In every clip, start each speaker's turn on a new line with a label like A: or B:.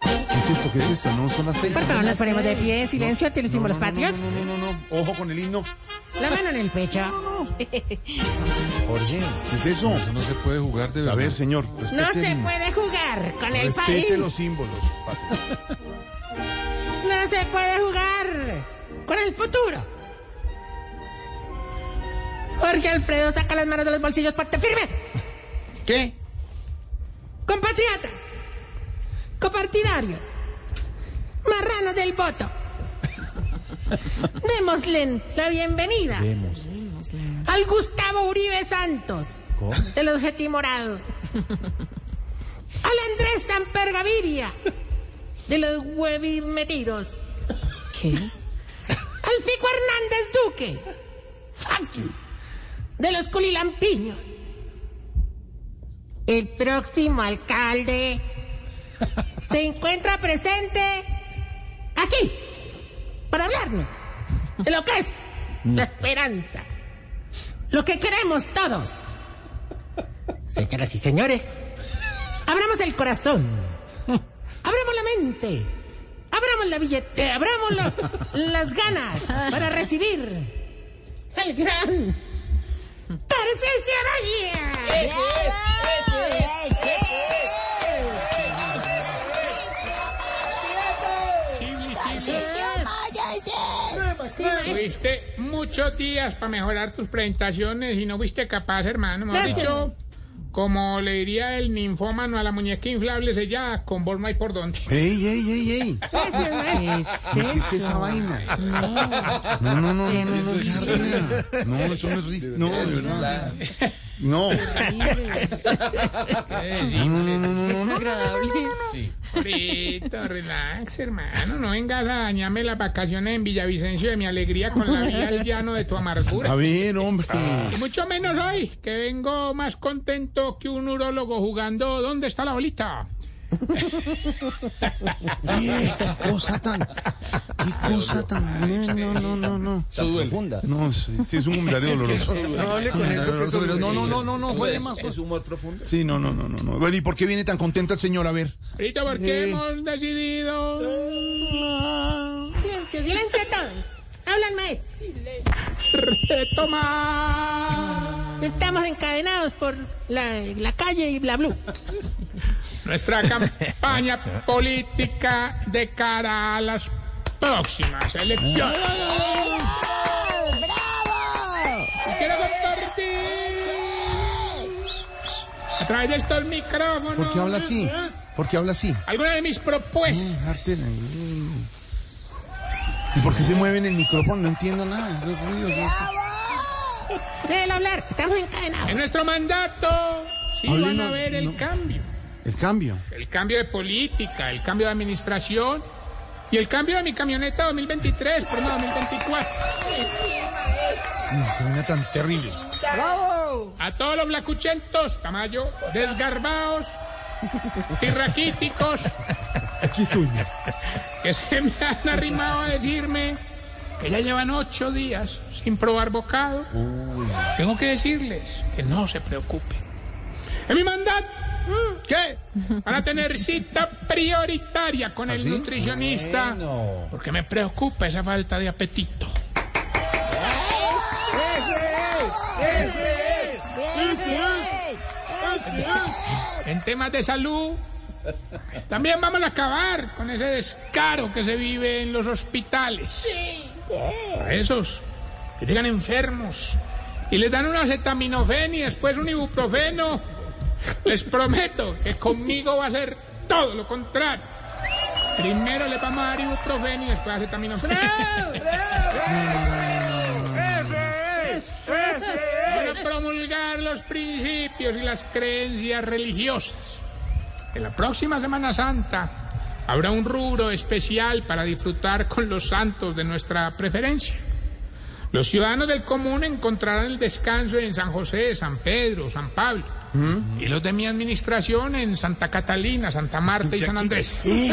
A: ¿Qué es esto? ¿Qué es esto? No son las seis.
B: Por favor, nos ponemos de pie, silencio ante los símbolos patrios.
A: No, no, no, no, no. Ojo con el himno.
B: La mano en el pecho.
A: Jorge. ¿Qué es eso?
C: No se puede jugar de
A: A ver,
C: verdad.
A: señor.
B: No
A: respete-
B: se puede jugar con el
A: Respete
B: país.
A: los símbolos. Patria.
B: No se puede jugar con el futuro. Jorge Alfredo saca las manos de los bolsillos, ponte firme.
A: ¿Qué?
B: Compatriotas, copartidarios, marranos del voto. Démosle la bienvenida al Gustavo Uribe Santos, de los Getimorados, al Andrés Samper Gaviria, de los Huevis Metidos, al Fico Hernández Duque, Fauci, de los Culilampiños. El próximo alcalde se encuentra presente aquí para hablarnos de lo que es la esperanza, lo que queremos todos. Señoras y señores, abramos el corazón, abramos la mente, abramos la billete, abramos lo- las ganas para recibir el gran Tarcisio Valle.
D: Tuviste muchos días para mejorar tus presentaciones y no fuiste capaz, hermano. Me
B: Gracias.
D: dicho, como le diría el ninfómano a la muñeca inflable, sellada con bol no hay por dónde.
A: Ey, ey, ey, ey.
B: Gracias, maestro.
A: ¿Qué es esa vaina? No, no, no, no, no, no, qué ordena. no, eso no es ris- No, de verdad. No. No, no, no, no, no, no, no.
D: Ahorita, relax, hermano. No vengas a dañarme las vacaciones en Villavicencio de mi alegría con la vía al llano de tu
A: A
D: amargura.
A: ver, hombre.
D: Y mucho menos hoy, que vengo más contento que un urólogo jugando. ¿Dónde está la bolita?
A: Eh, qué cosa tan. Qué cosa tan. No, no, no, no, no.
E: profunda.
A: No, sí, sí, es un comentario doloroso.
E: No hable con eso, que eso
A: No, no, no, no, no, juegue más.
E: Es humor profundo.
A: Sí, no, no, no, no, no. Bueno, ¿y por qué viene tan contento el señor? A ver.
D: Ahorita porque
A: Eh.
D: hemos decidido...
B: Silencio, silencio a todos. Hablan, maestro.
D: Toma.
B: Estamos encadenados por la, la calle y bla, bla.
D: Nuestra campaña política de cara a las próximas elecciones. Y Quiero compartir a través de estos micrófonos
A: ¿Por qué habla así? ¿Por qué habla así? Ah,
D: algunas de mis propuestas.
A: Dejarte en el- ¿Y por qué se mueven el micrófono? No entiendo nada. esos ruidos, ¿no?
B: Deben hablar, estamos encadenados.
D: En nuestro mandato sí
A: Hable,
D: van
A: no,
D: a ver el
A: Mm. no.
D: cambio.
A: El cambio.
D: El cambio de política, el cambio de administración y el cambio de mi camioneta 2023 por una 2024.
A: No, qué vaina tan terrible.
D: A todos los blacuchentos, Tamayo, desgarbados, pirraquíticos,
A: Aquí estoy.
D: que se me han arrimado a decirme que ya llevan ocho días sin probar bocado. Tengo que decirles que no se preocupen. En mi mandato mm,
A: ¿Qué?
D: van a tener cita prioritaria con el
A: ¿Ah, sí?
D: nutricionista, porque me preocupa esa falta de apetito. En temas de salud, también vamos a acabar con ese descaro que se vive en los hospitales. A esos que llegan enfermos y les dan una acetaminofén y después un ibuprofeno. Les prometo que conmigo va a ser todo lo contrario. Primero le vamos a dar ibuprofeno y después acetaminofén. Para promulgar los principios y las creencias religiosas. En la próxima Semana Santa habrá un rubro especial para disfrutar con los santos de nuestra preferencia. Los ciudadanos del común encontrarán el descanso en San José, San Pedro, San Pablo. Y los de mi administración en Santa Catalina, Santa Marta y San Andrés.
A: Eh,
D: Y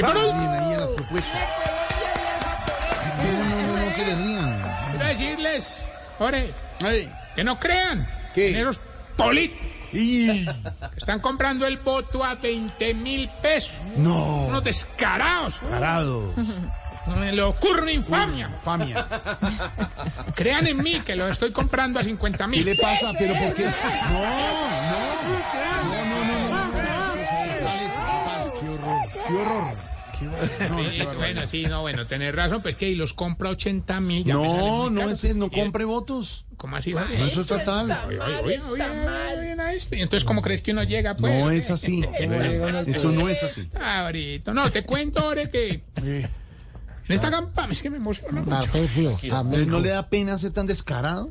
D: por último,
A: Ahí en las propuestas. No, no, no, no se les rían.
D: quiero decirles, ore,
A: Ay,
D: que no crean
A: ¿Qué?
D: en esos políticos
A: y...
D: que están comprando el voto a 20 mil pesos.
A: No,
D: Unos descarados.
A: parado.
D: No me lo ocurre una infamia.
A: Famia.
D: Crean en mí que lo estoy comprando a
A: ¿Qué
D: 50
A: le
D: mil.
A: pasa? ¿Pero por qué? No, no.
D: Sí, bueno, sí, no, bueno, tenés razón, pues que y los compra 80 mil. ya me sale
A: No,
D: muy
A: no,
D: caro.
A: ese no
D: Y-
A: compre votos.
D: ¿Cómo así? va?
A: Eso es fatal.
D: Oye, oye, oye, oye, a este. Y Entonces, ¿cómo crees que uno llega? Pues,
A: No es así. Eso no es así.
D: Ahorita. No, te cuento, Ore, que en
A: Eh,
D: esta campaña es que me emociona
A: Ah,
D: mucho.
A: ¿No le da pena ser tan descarado?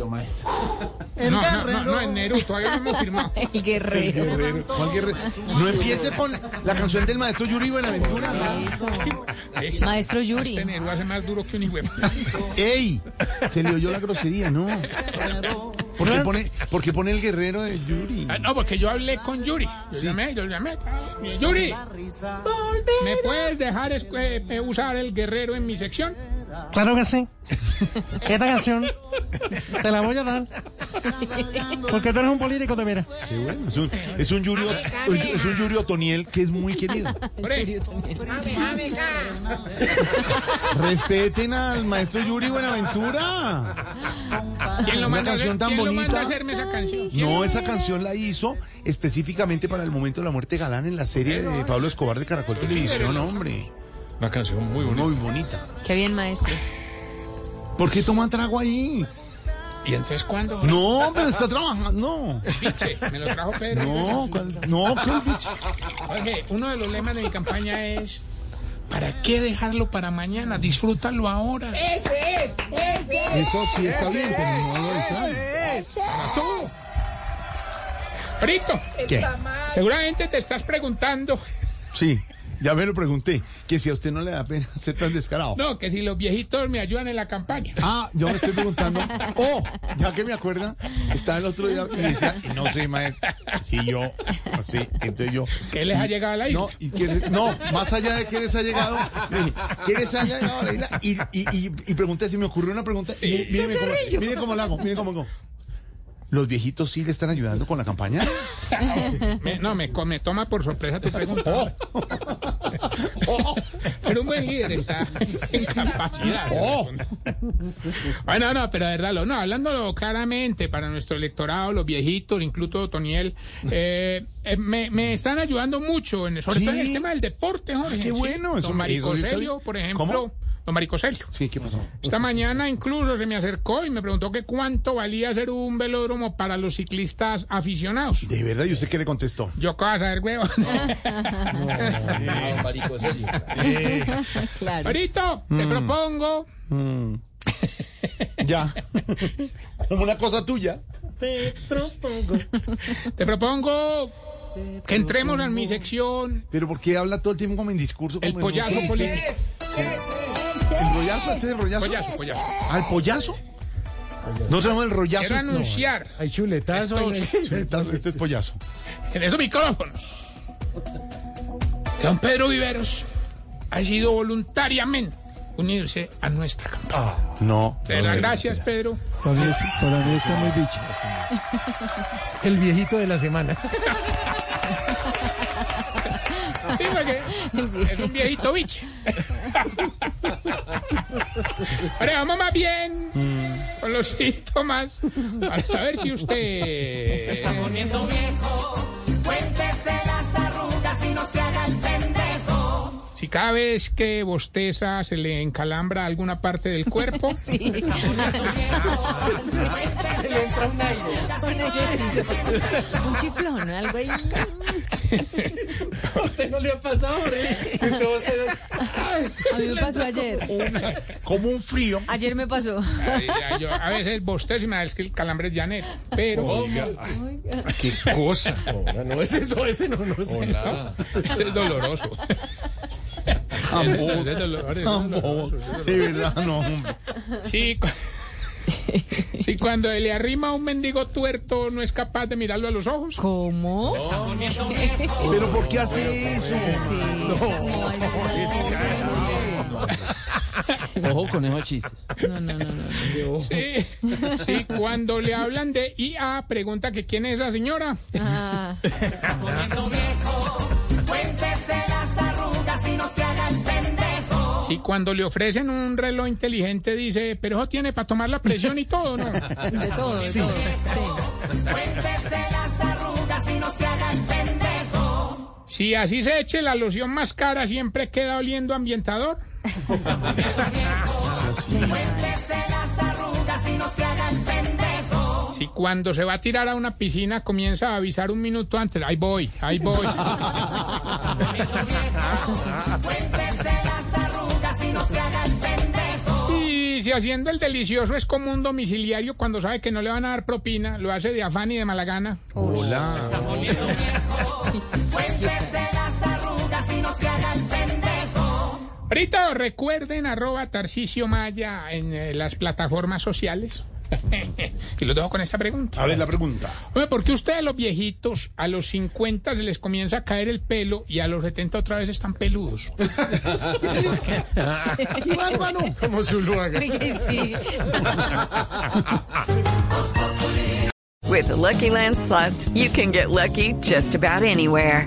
D: No, no, no, no, en Neru, todavía no hemos firmado.
F: El guerrero.
A: ¿Cuál guerre- No empiece con la canción del maestro Yuri Buenaventura. ¿no?
D: Eh,
G: Maestro
D: Este
G: Yuri.
D: Neru hace más duro que un hijo.
A: ¡Ey! Se le oyó la grosería, ¿no? ¿Por qué pone, por qué pone el guerrero de Yuri?
D: Ah, no, porque yo hablé con Yuri. Yo llamé, yo llamé. Yuri, ¿me puedes dejar es- eh, eh, usar el guerrero en mi sección?
H: Claro que sí. Esta canción te la voy a dar. Porque tú eres un político, te mira.
A: Qué bueno, Es un, es un Yuri, Ot- es un Yuri Otoniel que es muy querido.
D: Ore,
A: Respeten al maestro Yuri Buenaventura.
D: ¿quién lo
A: Una
D: manda, a hacer-
A: canción tan
D: quién lo manda a
A: bonita.
D: hacerme esa canción? ¿Quién
A: No,
D: lo-
A: esa canción la hizo específicamente para el momento de la muerte de Galán en la serie de Pablo Escobar de Caracol Televisión, hombre.
D: Una canción muy
A: Muy bonita.
G: Qué bien, maestro.
A: ¿Por qué toman trago ahí?
D: ¿Y entonces cuándo? Ore?
A: No, pero está trabajando. No,
D: Piche, me lo trajo Pedro.
A: no, ¿cuál- no, ¿cuál bicho?
D: Jorge, uno de los lemas de mi campaña es ¿Para qué dejarlo para mañana? Disfrútalo ahora.
B: ¡Ese es! ¡Ese es!
A: Eso sí está bien, pero no lo están.
D: Para tú. Brito,
A: ¿Qué?
D: seguramente te estás preguntando,
A: Sí, ya me lo pregunté. Que si a usted no le da pena ser tan descarado.
D: no, que si los viejitos me ayudan en la campaña.
A: Ah, yo me estoy preguntando. Oh, ya que me acuerda, estaba el otro día y decía, no sé, maestro. Sí, yo. Sí, entonces yo.
D: ¿Qué les ha llegado a la isla?
A: No, y que les- no, más allá de qué les ha llegado, le dije, ¿qué les ha llegado a la isla? Y, y, y, y pregunté, si me ocurrió una pregunta. Y mire- mire cómo, mire cómo la hago, mire cómo hago. ¿Los viejitos sí le están ayudando con la campaña?
D: Me- no, me, co- me toma por sorpresa tu pregunta.
A: ¡Oh! ¡Oh!
D: Pero un buen líder está en capacidad.
A: ¡Oh!
D: Bueno, no, pero de verdad, lo- no, hablándolo claramente para nuestro electorado, los viejitos, incluso Otoniel, eh, eh, me, me están ayudando mucho, en, sobre
A: Sí. Ah,
D: todo en el tema del deporte, Jorge.
A: Qué
D: Sí.
A: bueno, eso-
D: Don Marico
A: eso sí está
D: Celio,
A: bien.
D: por ejemplo.
A: ¿Cómo?
D: Don Marico Celio.
A: Sí, ¿qué pasó?
D: Esta mañana incluso se me acercó y me preguntó que cuánto valía hacer un velódromo para los ciclistas aficionados.
A: ¿De verdad? ¿Y usted qué le contestó?
D: Yo qué vas a saber, huevo.
A: Eh,
G: Claro.
D: Ahorita te
A: Mm.
D: propongo
A: Ya. Como una cosa tuya.
H: Te propongo.
D: Te propongo que entremos en mi sección
A: Pero ¿por qué habla todo el tiempo como en discurso?
D: el
A: como en-
D: pollazo
A: ¿Qué?
D: político.
A: ¿El rollazo? ¿Este es el rollazo?
D: Pollazo, pollazo.
A: ¿Al pollazo? No tenemos el rollazo.
D: Quiero anunciar
H: Hay chuletazo.
D: estos,
A: No, Este este es pollazo.
D: en esos micrófonos que don Pedro Viveros ha sido voluntariamente unirse a nuestra campaña.
I: Ah,
A: No.
D: De
A: no
D: verdad,
A: sé,
D: gracias,
A: no sé.
D: Pedro.
H: Para mí, para mí está muy bicho. El viejito de la semana.
D: Sí, porque es un viejito biche. Ahora vamos más bien
I: Mm.
D: con los síntomas para saber si usted...
I: Se está poniendo viejo. Cuéntese las arrugas y no se haga el pendejo.
D: Si cada vez que bosteza se le encalambra alguna parte del cuerpo.
I: Se le entra un
J: Un chiflón, algo ahí.
I: A usted no le ha pasado,
J: A mí me pasó ayer.
A: Como un frío.
J: Ayer me pasó.
D: Ay, ya, yo a veces bostezo y me da es que el calambre es llanet. Pero.
J: Oiga,
D: qué cosa.
E: no es eso, ese no, no es eso.
D: Ese es doloroso.
A: Tan
D: Ese-
A: bobo,
D: ese es doloroso,
A: tan
D: ese es doloroso,
A: bobo.
D: ese es
A: De
D: doloroso.
A: verdad, no, hombre.
D: Sí, cu- sí, cuando le arrima un mendigo tuerto no es capaz de mirarlo a los ojos.
J: ¿Cómo?
A: Pero ¿por qué hace eso?
E: Ojo con esos chistes.
J: No, no, no, no.
D: Sí, sí, cuando le hablan de IA, pregunta que quién es esa señora.
J: Ah,
I: Cuéntese las arrugas y no se haga el pendejo.
D: Sí, cuando le ofrecen un reloj inteligente dice, pero eso tiene para tomar la presión y todo, ¿no?
J: de todo, de todo. Sí.
I: Cuéntese las arrugas y no se haga el pendejo.
D: Si así se eche la loción más cara, siempre queda oliendo ambientador.
I: Cuéntese las arrugas y no se haga el pendejo.
D: Si cuando se va a tirar a una piscina comienza a avisar un minuto antes, ahí voy, ahí voy.
I: Cuéntese las arrugas y no se haga el pendejo.
D: Y si haciendo el delicioso es como un domiciliario cuando sabe que no le van a dar propina, lo hace de afán y de mala gana.
I: Cuéntese las arrugas y no se haga el pendejo.
D: Ahorita recuerden arroba Tarcicio Maya en eh, las plataformas sociales. y los dejo con esta pregunta.
A: A ver, la pregunta.
D: Oye, ¿por qué ustedes los viejitos a los 50 se les comienza a caer el pelo y a los 70 otra vez están peludos?
A: ¡Qué bárbaro!
E: Como su lugar.
J: Porque sí.
K: With the Lucky Land slots, you can get lucky just about anywhere.